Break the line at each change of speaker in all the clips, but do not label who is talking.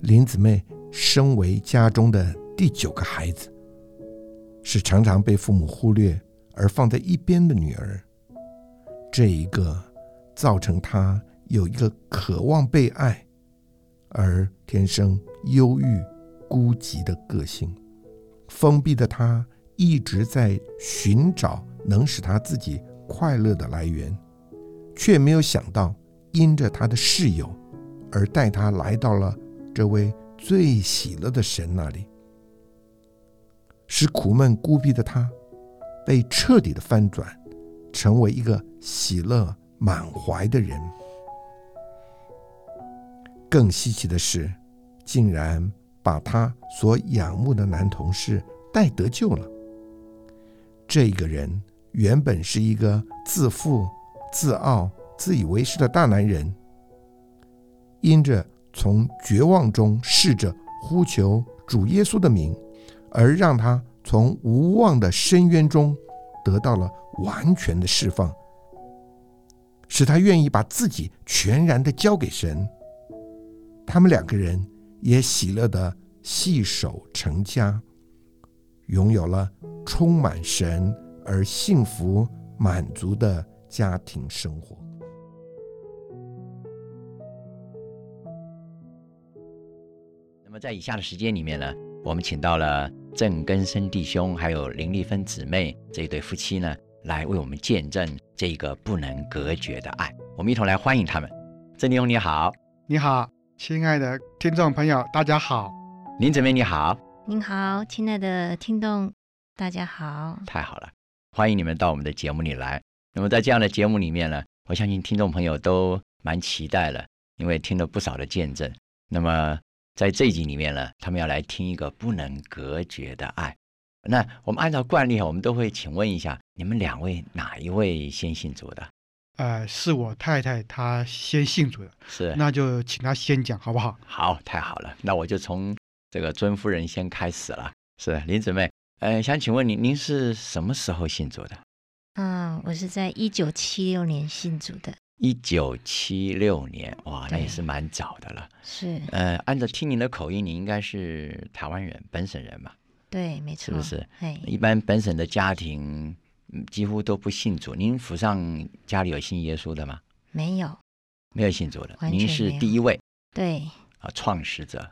林姊妹身为家中的第九个孩子，是常常被父母忽略而放在一边的女儿。这一个造成她有一个渴望被爱，而天生忧郁、孤寂的个性。封闭的她一直在寻找能使她自己快乐的来源，却没有想到，因着她的室友而带她来到了这位最喜乐的神那里，使苦闷孤僻的她被彻底的翻转，成为一个喜乐满怀的人。更稀奇的是，竟然把他所仰慕的男同事带得救了。这个人原本是一个自负、自傲、自以为是的大男人，因着从绝望中试着呼求主耶稣的名，而让他从无望的深渊中得到了完全的释放，使他愿意把自己全然的交给神。他们两个人也喜乐的携手成家，拥有了充满神而幸福满足的家庭生活。
那么在以下的时间里面呢，我们请到了郑根生弟兄还有林丽芬姊妹这一对夫妻呢，来为我们见证这个不能隔绝的爱。我们一同来欢迎他们。郑弟兄你好，
你好，亲爱的听众朋友，大家好。
林姊妹你好，
您好，亲爱的听众，大家好。
太好了，欢迎你们到我们的节目里来。那么在这样的节目里面呢，我相信听众朋友都蛮期待了，因为听了不少的见证。那么在这一集里面呢，他们要来听一个不能隔绝的爱。那我们按照惯例啊，我们都会请问一下，你们两位哪一位先信主的？
呃，是我太太她先信主的，
是
那就请她先讲好不好？
好，太好了，那我就从这个尊夫人先开始了。是林姊妹，呃，想请问您，您是什么时候信主的？
嗯，我是在一九七六年信主的，
一九七六年，哇，那也
对
是蛮早的了。
是
呃，按照听您的口音，你应该是台湾人，本省人嘛。
对，没错，
是不是？
哎，
一般本省的家庭嗯几乎都不信主。您府上家里有信耶稣的吗？
没有，
没有信主的，
完全
您是
没有
第一位
对，
啊创始者。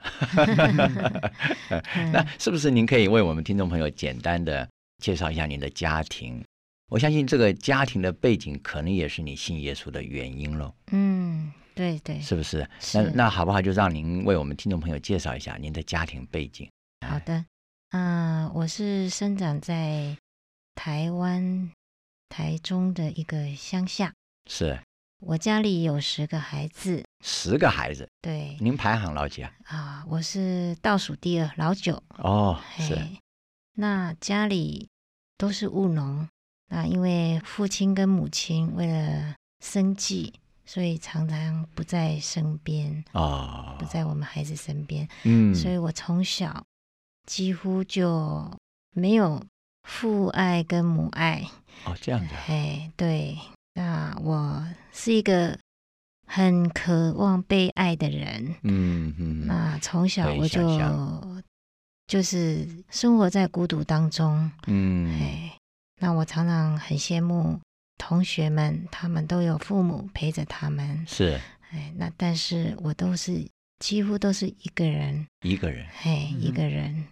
嗯
那是不是您可以为我们听众朋友简单的介绍一下您的家庭？我相信这个家庭的背景可能也是你信耶稣的原因喽，
嗯，对对，
是不是？那
是
那好不好？就让您为我们听众朋友介绍一下您的家庭背景。
好的。嗯、我是生长在台湾台中的一个乡下，
是
我家里有十个孩子，
十个孩子，
对
您排行老几啊？
啊、我是倒数第二，老九，
哦，是
嘿，那家里都是务农，那因为父亲跟母亲为了生计，所以常常不在身边，
哦
不，在我们孩子身边，
嗯，
所以我从小几乎就没有父爱跟母爱。
哦这样子啊，
哎，对，那我是一个很渴望被爱的人，
嗯嗯
那从小
可以
我
想
就
象
就是生活在孤独当中，
嗯，
哎，那我常常很羡慕同学们，他们都有父母陪着他们，
是
哎，那但是我都是几乎都是一个人，
一个人，
哎，一
嗯
个人，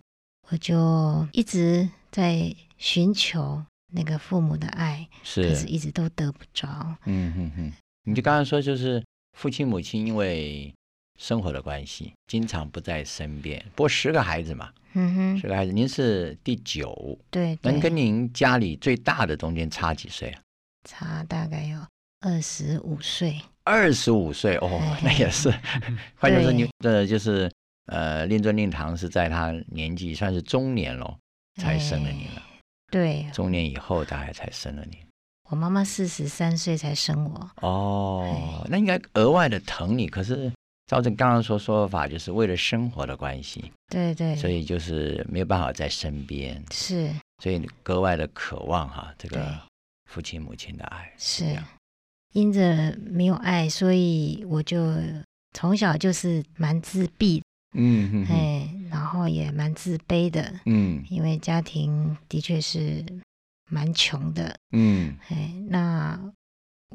我就一直在寻求那个父母的爱，可是
是，
一直都得不着，
嗯嗯嗯，你就刚刚说就是父亲母亲因为生活的关系，经常不在身边。不过十个孩子嘛，
嗯
十
哼，
个孩子，您是第九，
对
那
对，
跟您家里最大的中间差几岁啊？
差大概有二十五岁，
二十五岁哦，
哎
那也是，
嗯
换句话说，您的就是呃，令尊令堂是在他年纪算是中年咯，才生了您了。
哎对
中年以后大概才生了您。
我妈妈四十三岁才生我，
哦
哎，
那应该额外的疼你。可是照着刚刚所说法，就是为了生活的关系，
对对，
所以就是没有办法在身边，
是
所以你格外的渴望哈、这
对
个父亲母亲的爱。这
是
样，
因着没有爱，所以我就从小就是蛮自闭，
嗯嗯嗯
哎，然后也蛮自卑的，
嗯
因为家庭的确是蛮穷的，
嗯
哎，那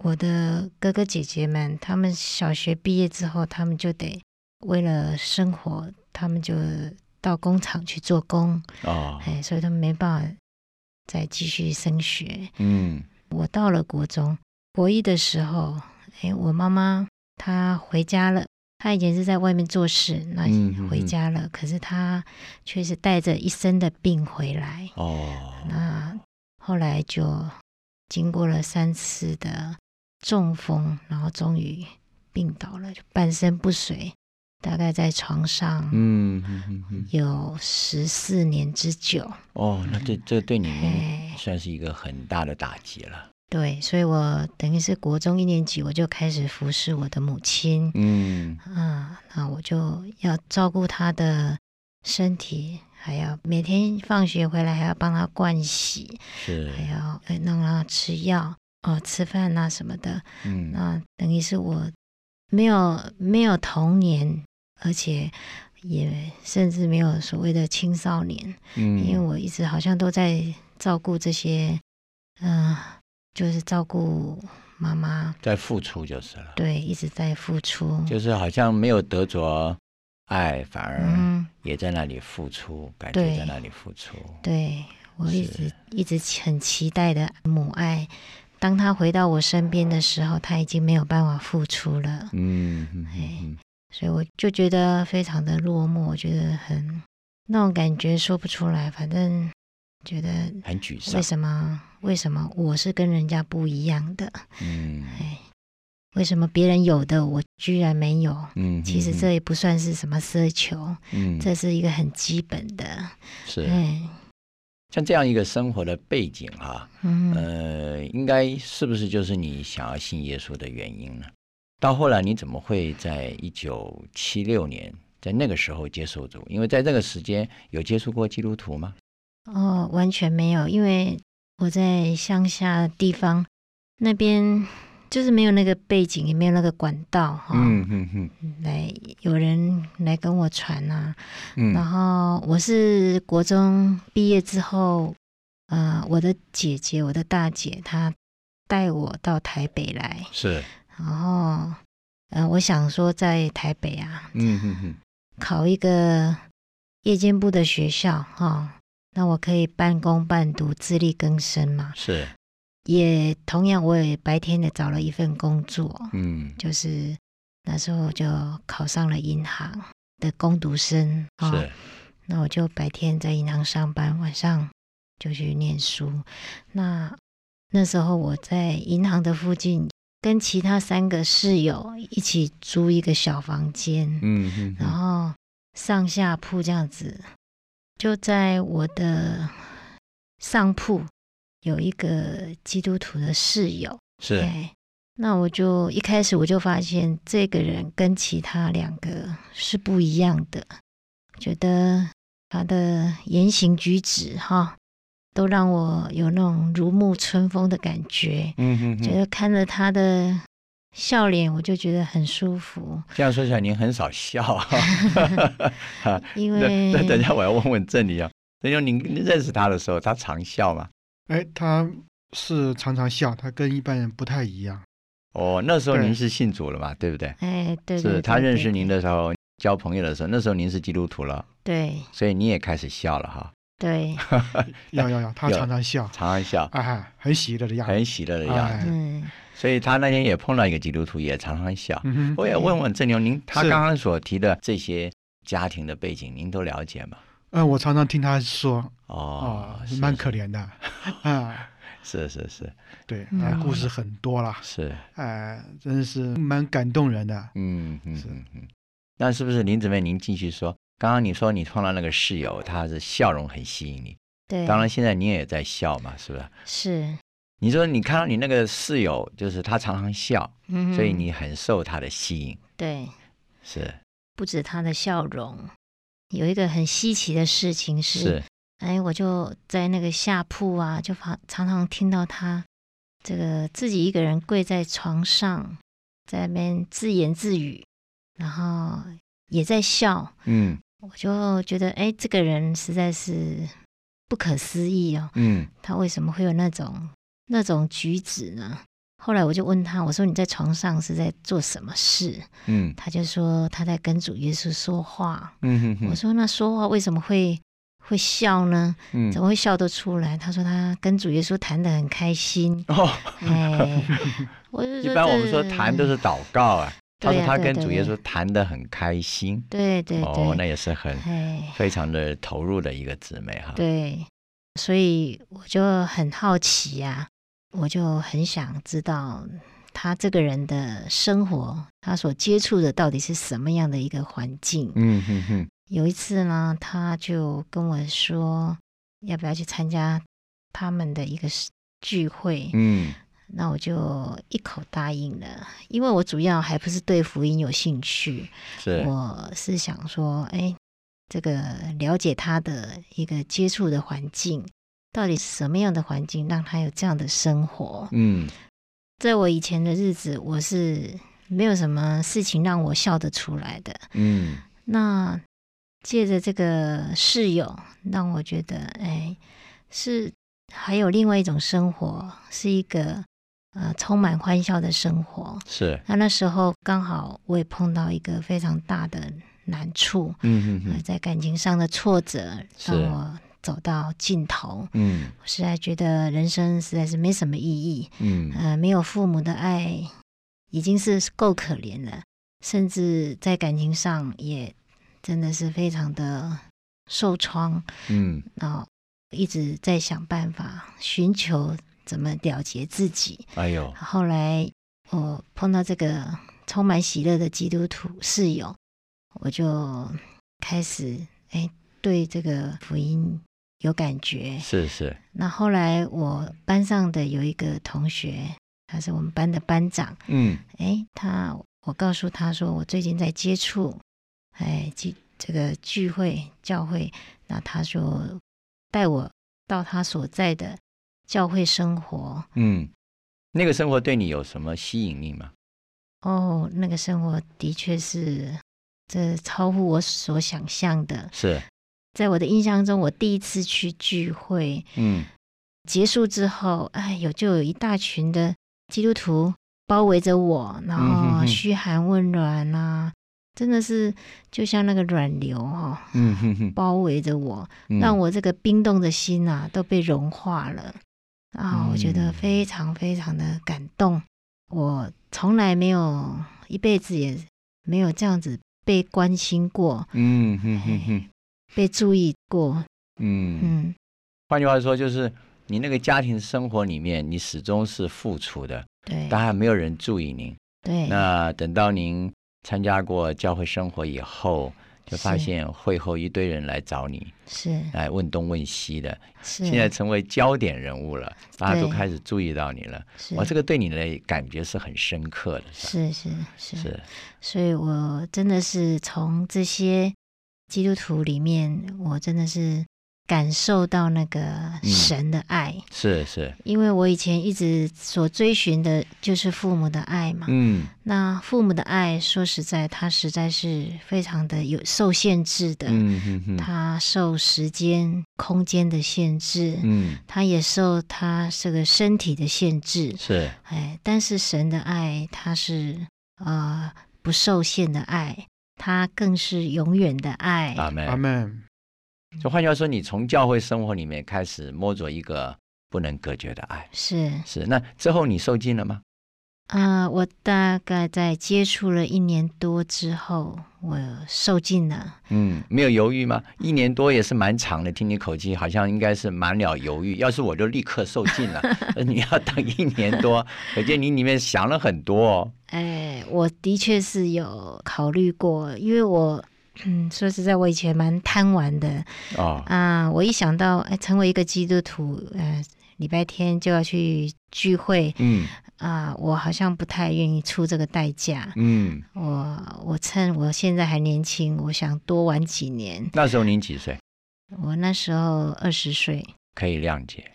我的哥哥姐姐们，他们小学毕业之后，他们就得为了生活，他们就到工厂去做工，
哦
哎，所以他们没办法再继续升学。
嗯
我到了国中，国一的时候，哎，我妈妈她回家了。她以前是在外面做事，那
嗯嗯
回
嗯
家了，可是她却是带着一身的病回来。
哦
那后来就经过了三次的中风，然后终于病倒了，就半身不遂，大概在床上
嗯嗯嗯嗯
有十四年之久。
哦，那这这对你们
哎，
算是一个很大的打击了。
对，所以我等于是国中一年级我就开始服侍我的母亲
嗯
啊，那我就要照顾她的身体。还要每天放学回来还要帮她灌洗，
是
还要呃让她吃药哦、吃饭啊什么的。
嗯
那等于是我没有没有童年，而且也甚至没有所谓的青少年，
嗯
因为我一直好像都在照顾这些，嗯、就是照顾妈妈，
在付出就是了，
对，一直在付出，
就是好像没有得着爱，反而
嗯，
也在那里付出，感觉
对
在那里付出。
对我一直
是
一直很期待的母爱。当他回到我身边的时候，他已经没有办法付出了。
嗯嗯
哎
嗯
所以我就觉得非常的落寞，我觉得很那种感觉说不出来，反正觉得
嗯，很沮丧
为。什么为什么我是跟人家不一样的？
嗯
哎，为什么别人有的我居然没有？
嗯，
其实
嗯
这也不算是什么奢求，
嗯
这是一个很基本的。
是
哎，
像这样一个生活的背景啊哈、
嗯，
呃，应该是不是就是你想要信耶稣的原因呢？到后来你怎么会在一九七六年在那个时候接受主？因为在这个时间有接触过基督徒吗？
哦，完全没有，因为我在乡下地方那边就是没有那个背景，也没有那个管道哈。
嗯嗯
来有人来跟我传啊，
嗯
然后我是国中毕业之后，呃，我的姐姐，我的大姐，她带我到台北来，
是
然后呃，我想说在台北啊
嗯嗯嗯
考一个夜间部的学校哈、那我可以半工半读，自力更生嘛。
是
也同样，我也白天的找了一份工作，
嗯
就是那时候就考上了银行的工读生啊、哦
是
那我就白天在银行上班，晚上就去念书。那那时候我在银行的附近，跟其他三个室友一起租一个小房间，
嗯嗯
然后上下铺这样子，就在我的上铺有一个基督徒的室友。
是嗯
对，那我就一开始我就发现这个人跟其他两个是不一样的，觉得他的言行举止哈，都让我有那种如沐春风的感觉，
嗯嗯
觉得看着他的笑脸，我就觉得很舒服，
这样说起来您很少笑 啊。
因
那那等一
为
下我要问问郑理啊，郑理，您您认识他的时候，他常笑吗？
哎，他是常常笑，他跟一般人不太一样。
哦，那时候
对
您是信主了嘛，对不对？
哎，对对
是他认识您
的，
的时候，交朋友的时候，那时候您是基督徒了，
对
所以你也开始笑了哈，
对，
要要要，他
有
常常笑，
常常笑，
哎嗨，很喜乐的样子。
很喜乐的样子。
哎
嗯，
所以他那天也碰到一个基督徒，也常常笑。
嗯哼，
我也问问郑牛，您他
是
刚刚所提的这些家庭的背景，您都了解吗？
嗯，我常常听他说，
哦
哦，，
是
蛮 可，怜的，啊，
是是是
对，
嗯
啊，故事很多啦，
是，
哎，真是蛮感动人的。
嗯嗯
是
嗯嗯。那是不是林姊妹，您继续说？刚刚你说你碰到那个室友，他是笑容很吸引你，
对，
当然现在你也在笑嘛，是不是？
是，
你说你看到你那个室友，就是他常常笑，
嗯，
所以你很受他的吸引，
对。
是
不止他的笑容，有一个很稀奇的事情是，
是，
哎，我就在那个下铺啊，就常常常听到他这个自己一个人跪在床上，在那边自言自语，然后也在笑，
嗯
我就觉得哎，这个人实在是不可思议哦，
嗯
他为什么会有那种那种举止呢？后来我就问他，我说你在床上是在做什么事？
嗯
他就说他在跟主耶稣说话。
嗯哼
我
哼
说那说话为什么会会笑呢？
嗯。
怎么会笑得出来？他说他跟主耶稣谈得很开心
哦，
哎，我就
一
觉得
般我们说谈都是祷告啊，他
对
说
呀
他
对
跟
对
主耶稣
对
谈得很开心，
对对对，
哦，那也是很
哎
非常的投入的一个姊妹哈，
对，所以我就很好奇呀、我就很想知道他这个人的生活，他所接触的到底是什么样的一个环境。
嗯哼哼，
有一次呢，他就跟我说要不要去参加他们的一个是聚会，
嗯
那我就一口答应了，因为我主要还不是对福音有兴趣，
是，
我是想说，哎，这个了解他的一个接触的环境，到底是什么样的环境让他有这样的生活？
嗯
在我以前的日子，我是没有什么事情让我笑得出来的。
嗯
那借着这个室友，让我觉得，哎，是还有另外一种生活，是一个呃充满欢笑的生活。
是，
那那时候刚好我也碰到一个非常大的难处，
嗯哼
呃
哼，
在感情上的挫折，
是
让我走到尽头。
嗯
我实在觉得人生实在是没什么意义，
嗯
呃，没有父母的爱已经是够可怜了，甚至在感情上也真的是非常的受创。
嗯
然后一直在想办法寻求怎么了结自己。
哎呦，
后来我碰到这个充满喜乐的基督徒室友，我就开始哎对这个福音有感觉。
是是，
那后来我班上的有一个同学，他是我们班的班长，
嗯
哎，他我告诉他说我最近在接触，哎，聚这个聚会教会，那他说带我到他所在的教会生活。
嗯，那个生活对你有什么吸引力吗？
哦，那个生活的确是这超乎我所想象的。
是，
在我的印象中，我第一次去聚会
嗯
结束之后，哎，有就有一大群的基督徒包围着我，然
嗯哼
后
哼
嘘寒问暖啊，真的是就像那个暖流哦，
嗯哼哼，
包围着我，
嗯
让我这个冰冻的心啊都被融化了啊！我觉得
嗯
非常非常的感动，我从来没有一辈子也没有这样子被关心过、
嗯哼哼哼，
被注意过，
嗯。
嗯，
换句话说，就是你那个家庭生活里面，你始终是付出的，
对
当然没有人注意您。
对，
那等到您参加过教会生活以后，就发
是
现会后一堆人来找你，
是
来问东问西的，
是，
现在成为焦点人物了，大家都
对
开始注意到你了。
是
哇，这个对你的感觉是很深刻的，吧
是是是
是，
所以我真的是从这些基督徒里面，我真的是感受到那个
嗯
神的爱，
是是，
因为我以前一直所追寻的就是父母的爱嘛。
嗯
那父母的爱，说实在，他实在是非常的有受限制的，
嗯嗯嗯
他受时间、空间的限制，
嗯，
他也受他这个身体的限制。
是
哎，但是神的爱，它是呃不受限的爱，它更是永远的爱。
阿门
阿门，
就换句话说，你从教会生活里面开始摸着一个不能隔绝的爱，
是
是那之后你受尽了吗？
啊、呃我大概在接触了一年多之后，我受尽了。
嗯，没有犹豫吗？一年多也是蛮长的，听你口气好像应该是满了犹豫。要是我就立刻受尽 了，而你要等一年多，可见你里面想了很多哦。
哎，我的确是有考虑过，因为我。嗯，说实在，我以前蛮贪玩的
哦，
啊、我一想到哎，成为一个基督徒，呃，礼拜天就要去聚会
嗯
啊、我好像不太愿意出这个代价。
嗯，
我我趁我现在还年轻，我想多玩几年。
那时候您几岁？
我那时候二 十岁，
可以谅解。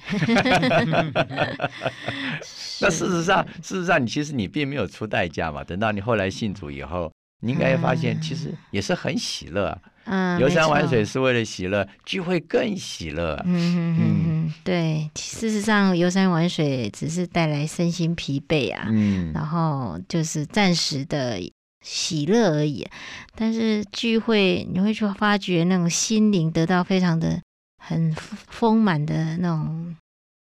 那事实上，事实上你其实你并没有出代价嘛。等到你后来信主以后，你应该发现
嗯
其实也是很喜乐啊，
嗯，
游
没
山玩
错
水是为了喜乐，聚会更喜乐啊。
嗯嗯
嗯
嗯，对，事实上游山玩水只是带来身心疲惫啊，
嗯，
然后就是暂时的喜乐而已。但是聚会你会去发掘那种心灵得到非常的很丰丰满的那种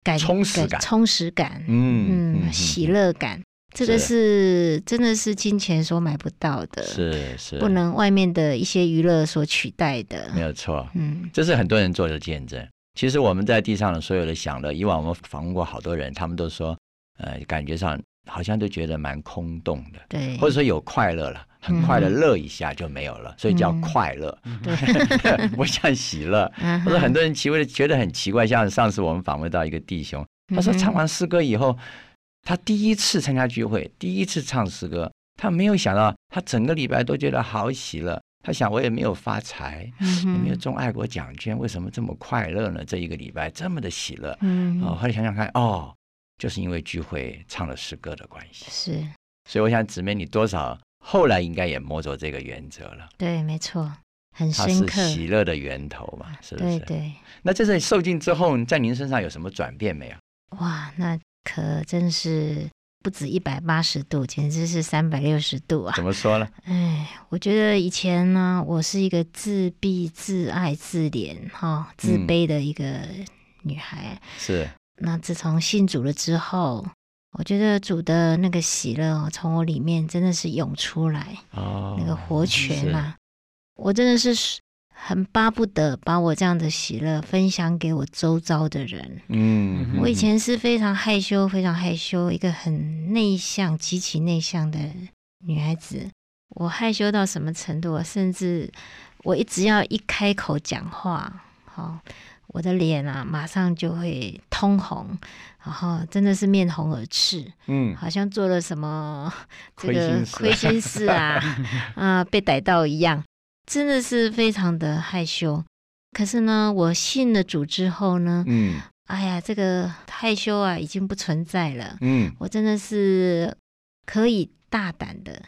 感
充实感
充实感，
嗯
嗯，喜乐感，这个是真的是金钱所买不到的，
是是
不能外面的一些娱乐所取代
没
的。
有错，
嗯
这是很多人做的见证。其实我们在地上的所有的享乐，以往我们访问过好多人，他们都说，呃，感觉上好像都觉得蛮空洞的，
对，
或者说有快乐了，很快的
嗯
乐一下就没有了，所以叫快乐，
对，
不像喜乐。
嗯
或者
哼
很多人奇怪的觉得很奇怪，像上次我们访问到一个弟兄，他说
嗯哼
唱完诗歌以后，他第一次参加聚会，第一次唱诗歌，他没有想到，他整个礼拜都觉得好喜乐。他想我也没有发财，
嗯
也没有
哼
中爱国奖券，为什么这么快乐呢？这一个礼拜这么的喜乐，
嗯
哦，后来想想看，哦，就是因为聚会唱了诗歌的关系。
是
所以我想，姊妹你多少后来应该也摸着这个原则了，
对，没错，很
它
深
是
刻，
喜乐的源头嘛，是不
对
是？
对，
那这次受尽之后，在您身上有什么转变没有？
哇，那可真是不止一百八十度，简直是三百六十度啊
怎！么说呢？
哎，我觉得以前呢，我是一个自闭、自爱、自怜、哈、自
嗯
卑的一个女孩。
是
那自从信主了之后，我觉得主的那个喜乐哦从我里面真的是涌出来。
哦，
那个活泉
是
啊，我真的是很巴不得把我这样的喜乐分享给我周遭的人。
嗯，
我以前是非常害羞，非常害羞，一个很内向、极其内向的女孩子。我害羞到什么程度啊？甚至我一只要一开口讲话，好、我的脸啊，马上就会通红，然后真的是面红耳赤。
嗯，
好像做了 什么这
亏
个
心事
亏心事 啊啊、被逮到一样，真的是非常的害羞。可是呢，我信了主之后呢，
嗯
哎呀，这个害羞啊已经不存在了。
嗯
我真的是可以大胆的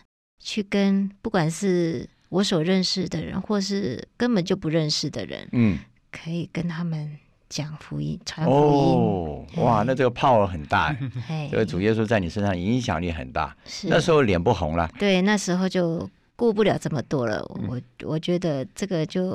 去跟不管是我所认识的人，或是根本就不认识的人，
嗯，
可以跟他们讲福音、传福
哦，哇，那这个 power 很 大哎，
音。哎、
这个主耶稣在你身上影响力很大。
是
那时候脸不红了，
对，那时候就顾不了这么多了。
嗯
我我觉得这个就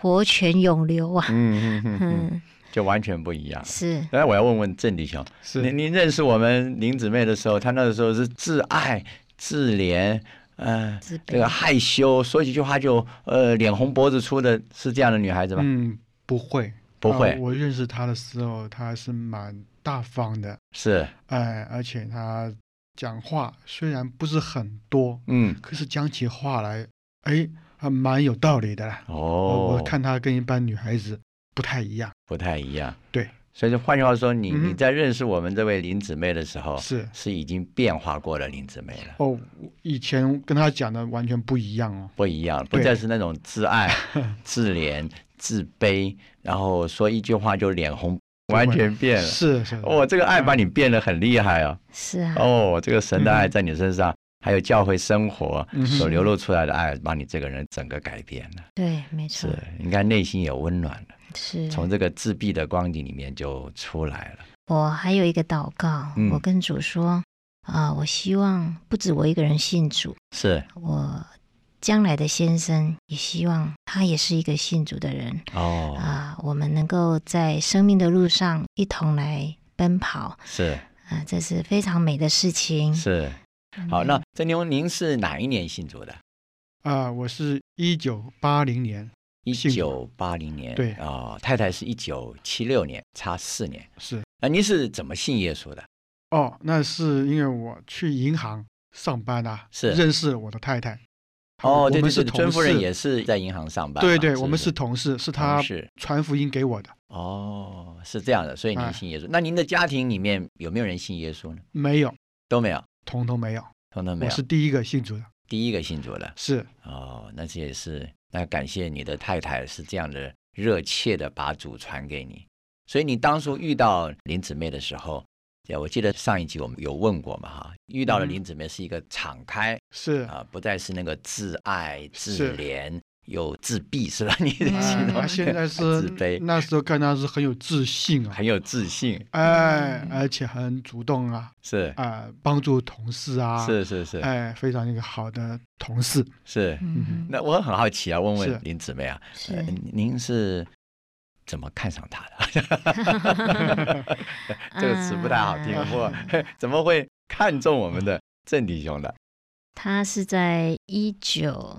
活泉涌流啊，
嗯嗯嗯嗯，
嗯，
就完全不一样。
是，
那我要问问郑弟兄，
是
您您认识我们林姊妹的时候，她那个时候是自爱、自怜，嗯、
自
这个
卑，
害羞，说几句话就呃脸红脖子粗的，是这样的女孩子吗？
嗯，不会
不会
呃我认识他的时候，他还是蛮大方的，
是，
哎、而且他讲话虽然不是很多，
嗯，
可是讲起话来，哎，还蛮有道理的啦。
哦，
我看他跟一般女孩子不太一样，
不太一样。
对，
所以说换句话说，你、
嗯哼
你在认识我们这位林姊妹的时候，
是
是已经变化过的林姊妹了，
哦，我以前跟他讲的完全不一样哦。
不一样，不
对
再是那种自 爱、自怜、自卑，然后说一句话就脸红，完全变了。
是是，
哦，这个爱把你变得很厉害哦。
是啊，
哦，这个神的爱
嗯哼
在你身上，还有教会生活
嗯哼
所流露出来的爱，把你这个人整个改变了。
对，没错
是，，应该内心也温暖了，
是。
从这个自闭的光景里面就出来了。
我还有一个祷告，
嗯
我跟主说啊、我希望不止我一个人信主，
是
我将来的先生也希望他也是一个信主的人
哦，
啊、我们能够在生命的路上一同来奔跑
是
啊、这是非常美的事情。嗯
是。好，那郑牛，您是哪一年信主的？
啊、我是一九八零年，
一
信主
九八零年。
对
哦，太太是一九七六年，差四年。
是
那您是怎么信耶稣的？
哦，那是因为我去银行上班啊，
是
认识我的太太。
哦，
我
对
们
对
是
对，
同
尊夫人
事
也是在银行上班嘛。
对对，
不
我们是同事，是
同
他
事
传福音给我的。
哦，是这样的，所以您
哎
信耶稣。那您的家庭里面有没有人信耶稣呢？
没有，
都没有，
统统没有，
通通没
我
有。
是第一个信主的。
第一个信主的
是
哦，那这也是那感谢你的太太是这样的热切的把主传给你。所以你当初遇到林姊妹的时候，对，我记得上一集我们有问过嘛哈，遇到的
嗯
林姊妹是一个敞开
是
啊、不再是那个自爱、自
是
怜又自闭，是吧？你 的
嗯
形
啊
容
哎现 在是
自卑，
那时候看他是很有自 信啊，
很有自信，
哎
嗯，
而且很主动啊，
是
啊，帮助同事啊，
是是是
哎，非常一个好的 同事。
是。
嗯，
那我很好奇啊，问
是嗯
问林姊妹啊，
是
呃您是怎么看上他 的？哎 这个词不太好听，
啊
不过 怎么会看中我们的郑弟兄的？
他是在一九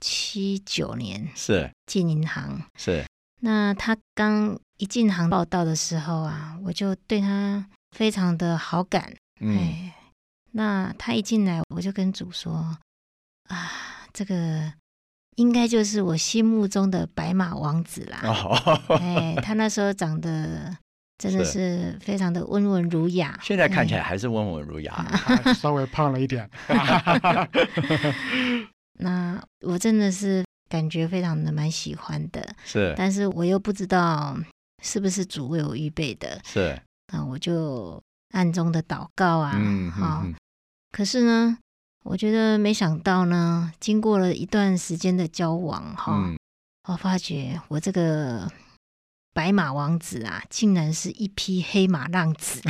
七九年
是
进银行，
是
那他刚一进行报道的时候啊，我就对他非常的好感。
嗯
哎，那他一进来，我就跟主说啊，这个应该就是我心目中的白马王子啦。
哦，
哎，他那时候长得真的是非常的温文儒雅。
现在看起来
哎
还是温文儒雅，
啊稍微胖了一 点，
那我真的是感觉非常的蛮喜欢的，
是
但是我又不知道是不是主为我预备的，
是，
那我就暗中的祷告啊，
嗯
好、
嗯嗯
可是呢，我觉得没想到呢，经过了一段时间的交往哈、
嗯
我发觉我这个白马王子啊，竟然是一匹黑马浪 子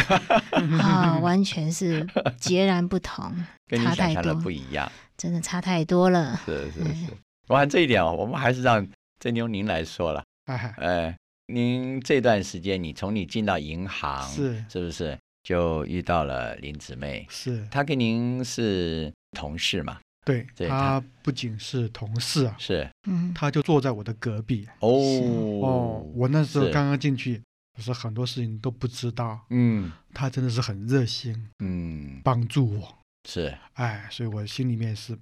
啊，完全是截然不同，
跟你
差
想
太
象的
多
不一样，
真的差太多了。
是是
嗯
是。我看这一点哦，我们还是让郑妞您来说了。
哎，
呃，您这段时间，你从你进到银行，
是
是不是就遇到了林姊妹？
是
她跟您是同事嘛？
对
对
他不仅是同事啊，
是
嗯，
他就坐在我的隔壁。
哦
哦，我那时候
是
刚刚进去，我说很多事情都不知道，
嗯
他真的是很热心
嗯
帮助我，
是
哎，所以我心里面是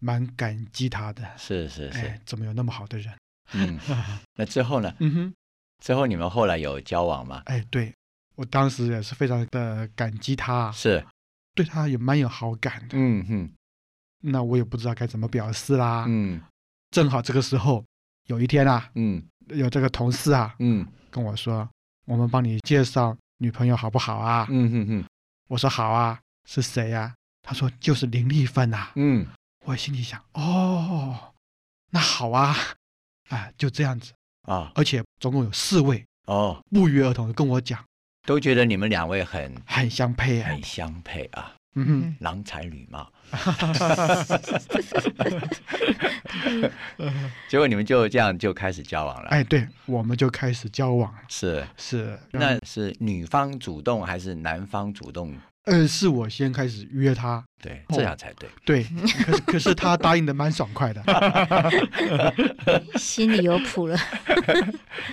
蛮感激他的。
是是是
哎，怎么有那么好的人？
嗯，那之后呢？
嗯哼，
之后你们后来有交往吗？
哎，对我当时也是非常的感激他，
是
对他也蛮有好感的。
嗯哼
那我也不知道该怎么表示啦。
嗯
正好这个时候，有一天啊，
嗯
有这个同事啊
嗯
跟我说，我们帮你介绍女朋友好不好啊？
嗯哼哼
我说好啊，是谁呀、他说就是林丽芬啊呐、
嗯
我心里想，哦，那好啊，啊，就这样子。
啊
而且总共有四位
哦，
不约而同的跟我讲，
都觉得你们两位很
很相配啊
很。相配啊，
嗯
郎才女貌。
哼，
结果你们就这样就开始交往了。
哎，嗯对，我们就开始交往了。
是，
是，
那是女方主动还是男方主动？
呃，是我先开始约他，
对，
哦
这样才对。
对，可是可是他答应的蛮爽快的，
嗯心里有谱了。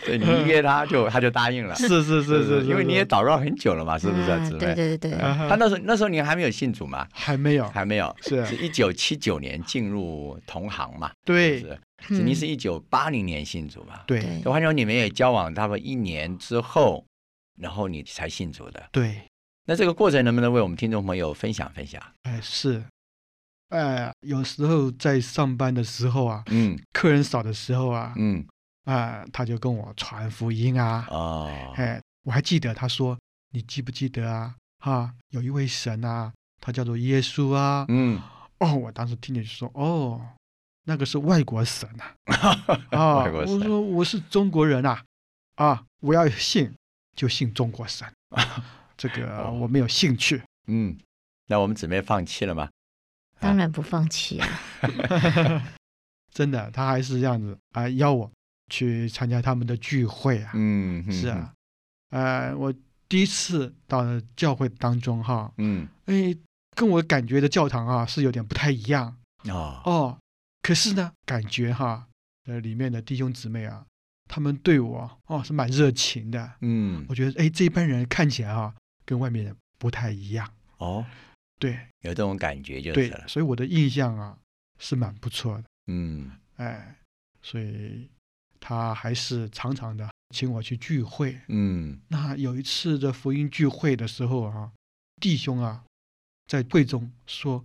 对，你一约他就他就答应了。
是 是 是
是
是，
因为
是哎
你也捣乱很久了嘛，是不是啊，
啊
姊
对
妹？
对对对，
啊哈
他那时候那时候你还没有信主嘛？
还没有，
还没有，
是啊
是一九七九年进入同行嘛？
对
是，
嗯
是你是一九八零年信主嘛？
对
对
我看说你们也交往差不多一年之后，然后你才信主的。
对，
那这个过程能不能为我们听众朋友分享分享？
哎是，哎，有时候在上班的时候啊，
嗯
客人少的时候啊，
嗯
啊，他就跟我传福音啊，
哦，
哎，我还记得他说，你记不记得啊？哈，有一位神啊，他叫做耶稣啊，
嗯，
哦，我当时听见就说，哦，那个是外国神啊。 啊，
外国神
我说我是中国人啊，啊，我要信就信中 国神，这个
哦
我没有兴趣。
嗯，那我们姊妹放弃了吗？
当然不放弃啊。
真的，他还是这样子啊、邀我去参加他们的聚会啊。
嗯，
是啊，呃，我第一次到教会当中哈，
嗯，
哎，跟我感觉的教堂啊是有点不太一样
嗯，哦，
哦。可是呢，感觉哈，呃，里面的弟兄姊妹啊，他们对我哦是蛮热情的，
嗯，
我觉得哎，这一班人看起来啊，跟外面人不太一样。
哦，
对
有这种感觉就是
对
了，。
所以我的印象啊是蛮不错的。
嗯，
哎，所以他还是常常的请我去聚会。
嗯，
那有一次的福音聚会的时候啊，弟兄啊在会中说，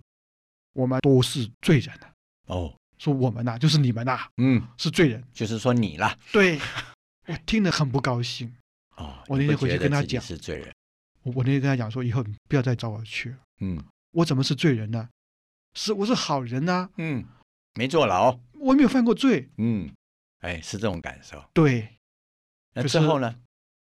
我们都是罪人啊，
哦，
说我们呐、就是你们呐、
嗯，
是罪人。
就是说你啦，
对 我听得很不高兴。
哦，
我
啊你不
那天哦回去
觉得
跟他
自己
讲
是罪人，
我我那天跟他讲说，以后你不要再找我去了，
嗯
我怎么是罪人呢？是我是好人呐、
嗯，没坐牢，
我没有犯过罪。
嗯，哎，是这种感受。
对，
那
可
之
是
后呢？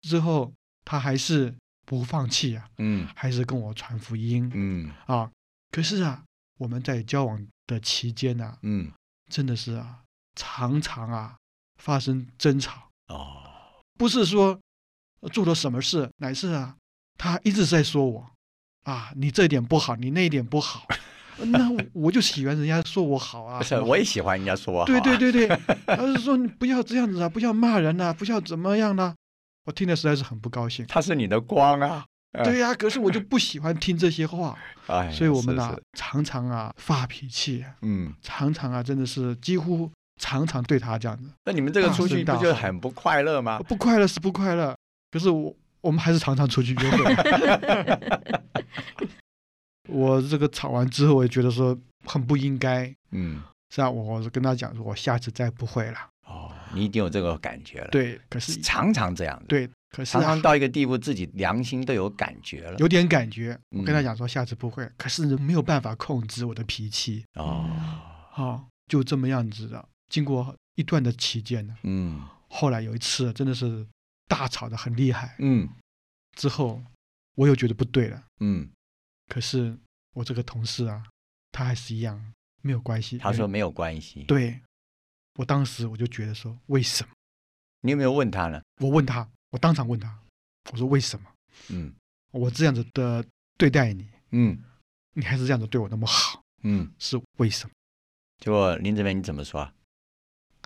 之后他还是不放弃啊，
嗯
还是跟我传福音、
嗯
啊。可是啊，我们在交往的期间啊，
嗯，
真的是啊，常常啊发生争吵，
哦，
不是说呃做了什么事，乃是啊，他一直在说我啊，你这点不好，你那点不好，那我我就喜欢人家说我好啊，
不是
什，么好
我也喜欢人家说我好
对
啊。
对对对，他是说你不要这样子啊，不要骂人呐、不要怎么样啦、我听得实在是很不高 兴。
他是你的光啊。
对呀、可是我就不喜欢听这些话，
哎，
所以我们
是
呐、
是
常常啊发脾气，
嗯，
常常啊真的是几乎常常对他这样子，
那你们这个
大
出去
声大
不就
喊
很不快乐吗？
啊不快乐是不快乐，可是我我们还是常常出去约 会。我这个吵完之后，我也觉得说很不应该，
嗯，
是啊，我我是跟他讲说，我下次再不会了。
哦，你已经有这个感觉了。，
对，可是
常常这样子，
对，可是、
常
啊、
常到一个地步，自己良心都有感觉了。
有点感觉，我跟他
嗯
讲说下次不会，可是没有办法控制我的脾气
哦，
啊、就这么样子的。经过一段的期间呢，
嗯
后来有一次真的是大吵得很厉害，
嗯
之后我又觉得不对了，
嗯，
可是我这个同事啊，他还是一样没有关系。
他说
哎
没有关系。，
对，我当时我就觉得说为什么？
你有没有问他呢？
我问他，我当场问他，我说为什么
嗯
我这样子的对待你，
嗯
你还是这样子对我那么好，
嗯，
是为什么？
结果林志梅你怎么说啊？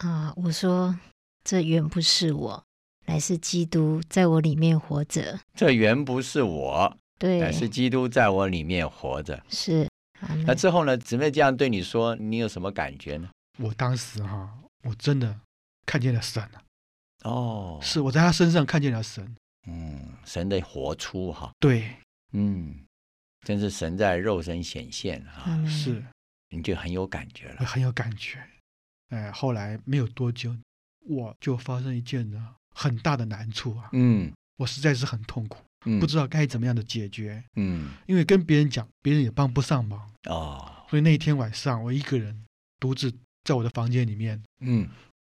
啊、我说这原不是我，乃是基督在我里面活着。
这原不是我，
对
乃，是基督在我里面活着。
是啊，
那之后呢？姊妹这样对你说，你有什么感觉呢？
我当时哈、我真的看见了神啊，
哦，
是我在他身上看见了神。
嗯，神的活出哈，
对，
嗯，真是神在肉身显现
阿
啊，
门
是
你就很有感觉
我
了。
很有感觉。哎，后来没有多久，我就发生一件呢很大的难处啊，
嗯
我实在是很痛苦，
嗯，
不知道该怎么样的解决，
嗯
因为跟别人讲，别人也帮不上忙。
哦
所以那一天晚上，我一个人独自在我的房间里面
嗯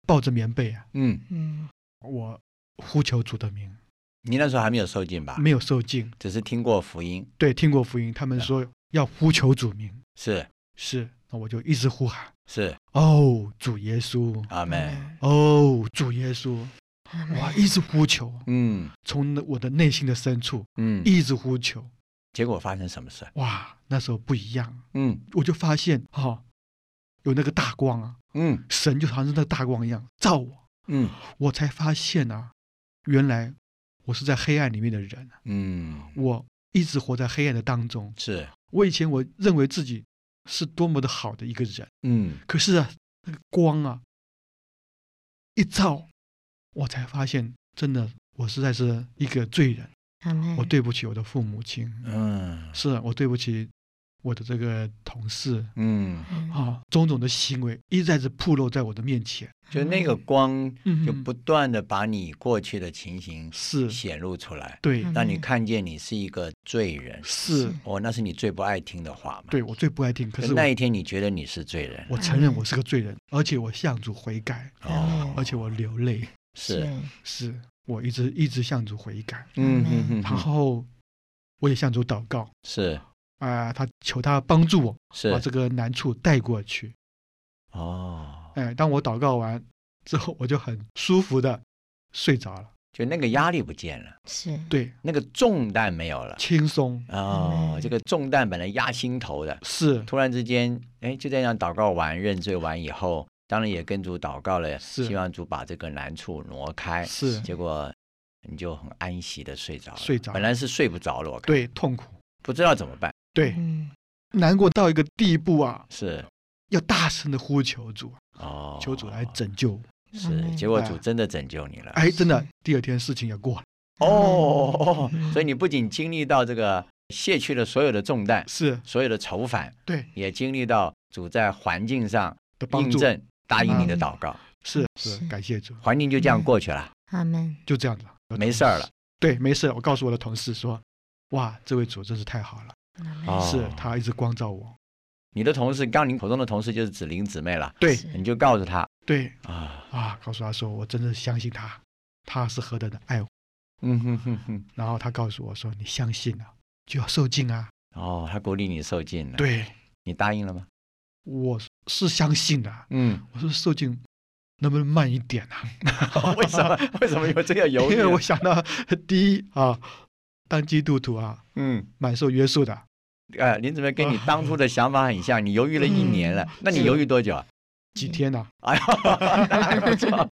抱着棉被啊，
嗯，
嗯，
我呼求主的名，
你那时候还没有受尽吧？
没有受尽。
只是听过福音，
对，听过福音，他们说要呼求主名，
是
是，那我就一直呼喊。
是，
哦，主耶稣，
阿门。
哦，主耶稣，
阿门，
我一直呼求，
嗯
从我的内心的深处
嗯，
一直呼求，
结果发生什么事？
哇，那时候不一样，
嗯
我就发现哈、哦，有那个大光啊，
嗯
神就好像是那个大光一样照我，
嗯
我才发现啊，原来我是在黑暗里面的人，啊
嗯，
我一直活在黑暗的当中。
是
我以前我认为自己是多么的好的一个人，
嗯
可是啊，那个光啊一照，我才发现，真的我实在是一个罪人，
阿门，
我对不起我的父母亲，
嗯
是啊我对不起我的这个同事
嗯，
嗯
啊，种种的行为一再是暴露在我的面前，
就那个光
嗯
就不断的把你过去的情形
是
显露出来，
对，
嗯
让你看见你是一个罪人。
是
是，
哦，那是你最不爱听的话嘛。
对我最不爱听，可
就是
我
那一嗯天你觉得你是罪人，
我承认我是个罪人，而且我向主悔改，
哦，
而且我流泪，
是，
嗯
是啊我一直一直向主悔改，
嗯嗯嗯，
然后我也向主祷告。
是
啊、他求他帮助我把
是
这个难处带过去。
哦，
哎，当我祷告完之后，我就很舒服的睡着了，
就那个压力不见了，
是，
对，
那个重担没有了。
轻松嗯
哦，这个重担本来压心头的，
是
突然之间，哎，就这样祷告完、认罪完以后，当然也跟主祷告了，
是
希望主把这个难处挪开。
是，
结果你就很安息的睡着了，
睡着了
本来是睡不着了，我看
对，痛苦，
不知道怎么办，
对，
嗯
难过到一个地步啊，
是
要大声的呼求主，
哦，
求主来拯救我。
是，结果主
哎
真的拯救你了。
哎，真的，第二天事情也过了，
哦哦，
嗯
所以你不仅经历到这个卸去了所有的重担，
是
所有的愁烦，
对
也经历到主在环境上
的帮
印
助，
证答应你的
嗯
祷告，
是
是
是，感谢主，
环境就这样过去了，
阿门，
就这样子了，
没事儿了。
对，没事，我告诉我的同事说，哇，这位主真是太好了，
哦
是他一直光照我。
你的同事，刚你口中的同事就是子玲姊妹了，
对
是
你就告诉她
对
啊，
啊，告诉他说我真的相信他，他是何等的爱我。
嗯哼哼哼，
然后他告诉我说，你相信了就要受尽啊。
哦，她鼓励你受尽了，，
对，
你答应了吗？
我是相信的。
嗯，
我说受尽能不能慢一点 啊？
为什么为什么有这个犹豫啊
因为
呢？
我想到第一啊，当基督徒啊，
嗯，
蛮受约束的。
呃，林姊妹跟你当初的想法很像，你犹豫了一年了
嗯，
那你
是
犹豫多久啊？
几天呐、
哎呀，那还不错，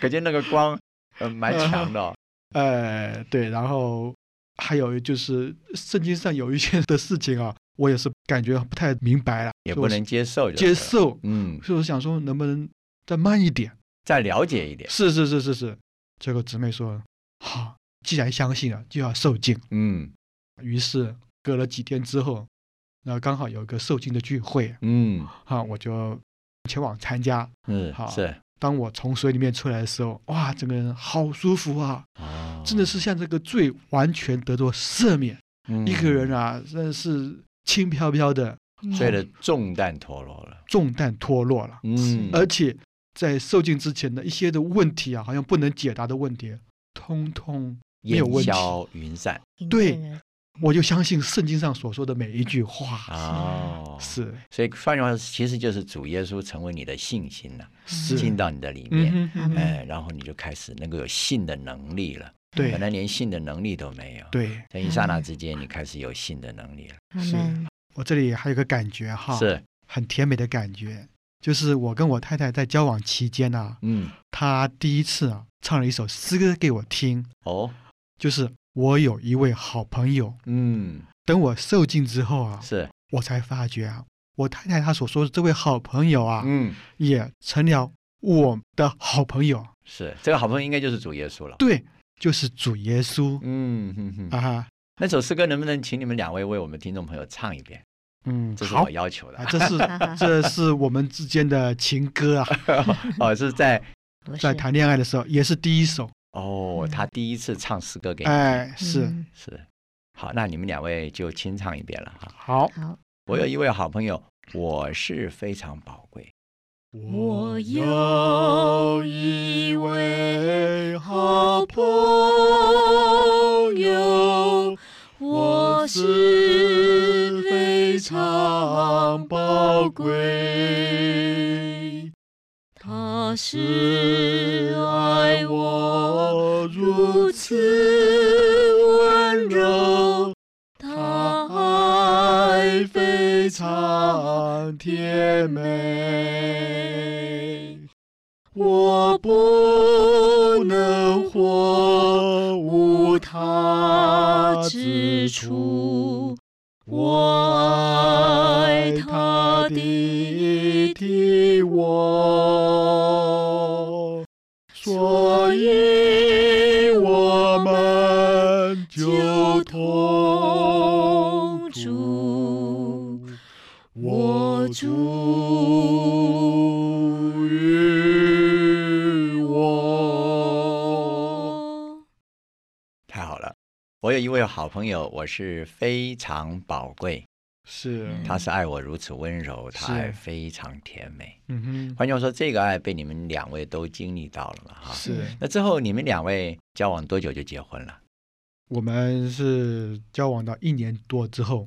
可见那个光，呃，蛮强 的哦。
呃，对，然后还有就是圣经上有一些的事情啊，我也是感觉不太明白了，
也不
所以我
能接受，
接，受，
嗯，
所以我想说能不能再慢一点？
再了解一点，
是是是是是，这个姊妹说好、既然相信了，就要受尽。
嗯
于是隔了几天之后，那刚好有一个受尽的聚会
嗯，
啊，我就前往参加。
是
好
是，
当我从水里面出来的时候，哇，整个人好舒服啊！
哦
真的是像这个罪完全得到赦免，一个人
啊，
啊，真的是轻飘飘的，
罪的重担陀螺了，
重担脱落了，
嗯，
而且在受尽之前的一些的问题啊，好像不能解答的问题，通通没有
烟
问题
消云散
对
听见了
我就相信圣经上所说的每一句话，
哦，，
是
所以换句话说，其实就是主耶稣成为你的信心了，
是
进到你的里面，
嗯嗯哼嗯哼
哎，然后你就开始能够有信的能力了，本
对
来连信的能力都没有，，
对，
在一刹那之间，你开始有信的能力了，
他
是
们
我这里还有个感觉哈，
是，
很甜美的感觉，就是我跟我太太在交往期间呢、
嗯，
她第一次啊唱了一首诗歌给我听，
哦，
就是我有一位好朋友。
嗯，
等我受尽之后啊，
是，
我才发觉啊，我太太她所说的这位好朋友啊，
嗯。
也成了我的好朋友。
是这个好朋友应该就是主耶稣了。
对，就是主耶稣、
嗯哼哼，
啊。
那首诗歌能不能请你们两位为我们听众朋友唱一遍？
嗯，
这是
好
我要求的
啊，。这 是这是我们之间的情歌 啊，
哦，是在
不
在
是
谈恋爱的时候也是第一首。
哦，他第一次唱诗歌给你听，
哎，是
嗯
是好，那你们两位就清唱一遍了哈。
好。
好，
我有一位好朋友，我是非常宝贵。
我有一位好朋友，我是非常宝贵。他是爱我如此温柔，他爱非常甜美。我不能活无他之处，我爱他的替我，所以我们就同住。我主与我。
太好了，我有一位好朋友，我是非常宝贵。
是，
他是爱我如此温柔，他爱
嗯是
非常甜美。
嗯哼，
换句话说，这个爱被你们两位都经历到了嘛哈。
是
那之后你们两位交往多久就结婚了？
我们是交往到一年多之后，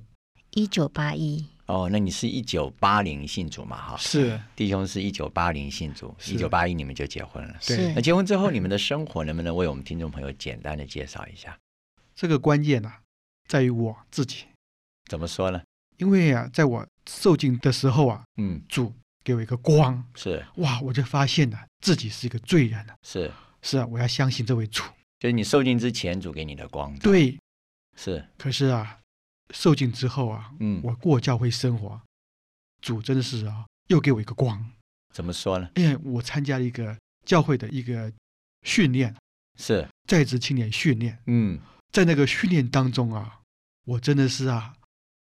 一九八一，
哦，那你是一九八零信主嘛？哈，
是
弟兄是一九八零信主，一
是
九八一你们就结婚了。
对
是
那结婚之后，你们的生活能不能为我们听众朋友简单的介绍一下？
这个关键呢、在于我自己，
怎么说呢？
因为啊，在我受尽的时候啊，
嗯，
主给我一个光，
是
哇，我就发现了、自己是一个罪人了、
是，
是啊，我要相信这位主，
就是你受尽之前主给你的光照，
对，
是，
可是啊，受尽之后啊，
嗯，
我过教会生活，主真的是啊，又给我一个光。
怎么说呢？
因为我参加了一个教会的一个训练，
是，
在职青年训练，
嗯
在那个训练当中啊，我真的是啊，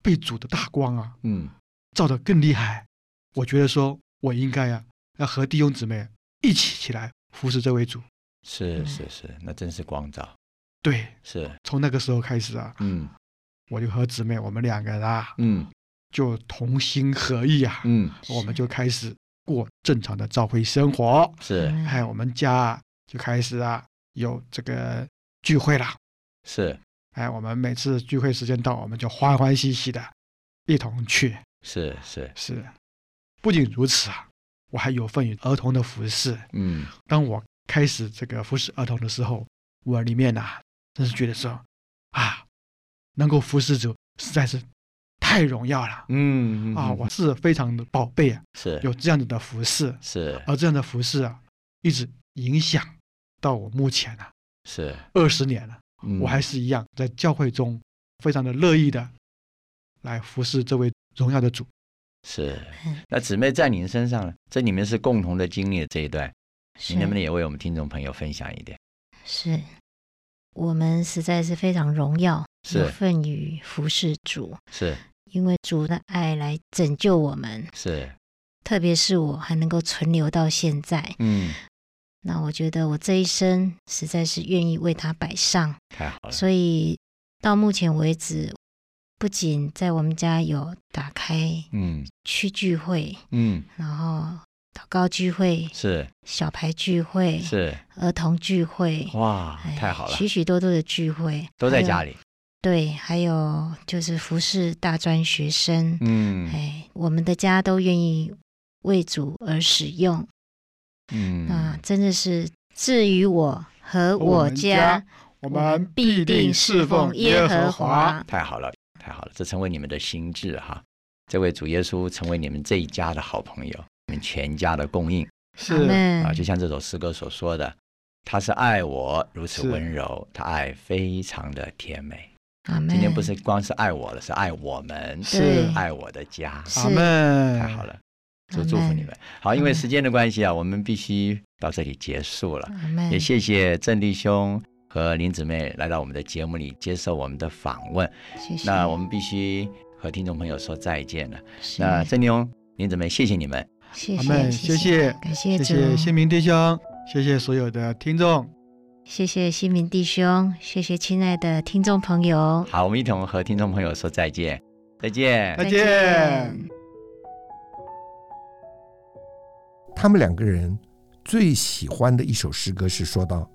被主的大光啊
嗯，
照得更厉害。我觉得说我应该啊，要和弟兄姊妹一起起来服侍这位主。
是
嗯
是是，那真是光照。
对，
是，
从那个时候开始啊，
嗯
我就和姊妹我们两个人啊，
嗯
就同心合意啊，
嗯，
我们就开始过正常的教会生活。
是
嗯
哎，我们家就开始啊有这个聚会啦。
是
哎，我们每次聚会时间到，我们就欢欢喜喜的一同去。
是是，
是，不仅如此啊，我还有份于儿童的服饰。
嗯
当我开始这个服侍儿童的时候，我里面呐、真是觉得说啊，能够服侍主实在是太荣耀了。
嗯
啊，我是非常的宝贝啊，
是
有这样子的服侍，
是
而这样的服侍啊，一直影响到我目前啊
是，
二十年了，
嗯
我还是一样在教会中非常的乐意的来服侍这位荣耀的主。
是
嗯。
那姊妹在您身上呢？这你们是共同的经历的这一段，
是
您能不能也为我们听众朋友分享一点？
是，我们实在是非常荣耀，
是
有份于服侍主，
是
因为主的爱来拯救我们，
是，
特别是我还能够存留到现在，
嗯，
那我觉得我这一生实在是愿意为他摆上，
太好了，
所以到目前为止，不仅在我们家有打开
嗯
区聚会，
嗯，
然后祷告聚会、
是
小牌聚会、
是，
儿童聚会，
哇，
哎
太好了，
许许多多的聚会
都在
还有
家里，
对，还有就是服侍大专学生，
嗯
哎，我们的家都愿意为主而使用，
嗯
啊，真的是至于我和
我
我
们
家
家，我们必定侍奉耶和华。。
太好了，太好了，这成为你们的心智哈。这位主耶稣成为你们这一家的好朋友，你们全家的供应
阿门
啊！就像这首诗歌所说的，他是爱我如此
是
温柔，他爱非常的甜美。
阿门。
今天不是光是爱我了，是爱我们，
是
嗯对
爱我的家。
是嗯
阿门，
太好，了，
阿
就祝福
门
你们。好，因为
阿
时间的关系啊，我们必须到这里结束了。
阿门
也，谢谢郑弟兄和林姊妹来到我们的节目里接受我们的访问。
谢谢。
那我们必须和听众朋友说再见了。
是
那郑弟兄、林姊妹，谢谢你们，
谢
阿
谢
门，谢，
谢
谢，
感
谢
谢主，
谢新民弟兄，谢谢所有的听众，
谢谢新民弟兄，谢谢亲爱的听众朋友，
好，我们一同和听众朋友说再见，再见
再。
再
见
见。
他们两个人最喜欢的一首诗歌是说到：“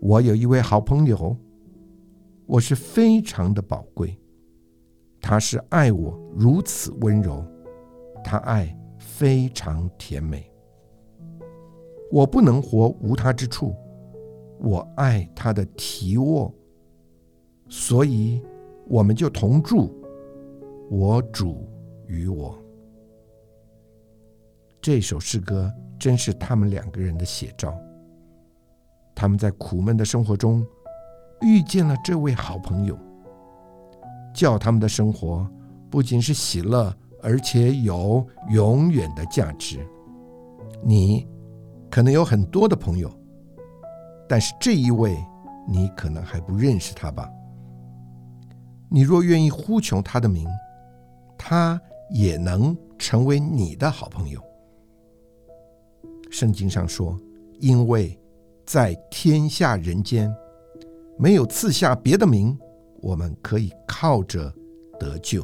我有一位好朋友，我是非常的宝贵，他是爱我如此温柔，他爱非常甜美。我不能活无他之处，我爱他的提握，所以我们就同住，我主与我。”这首诗歌真是他们两个人的写照。他们在苦闷的生活中遇见了这位好朋友，叫他们的生活不仅是喜乐，而且有永远的价值。你可能有很多的朋友，但是这一位你可能还不认识他吧？你若愿意呼求他的名，他也能成为你的好朋友。圣经上说：“因为在天下人间，没有赐下别的名，我们可以靠着得救。”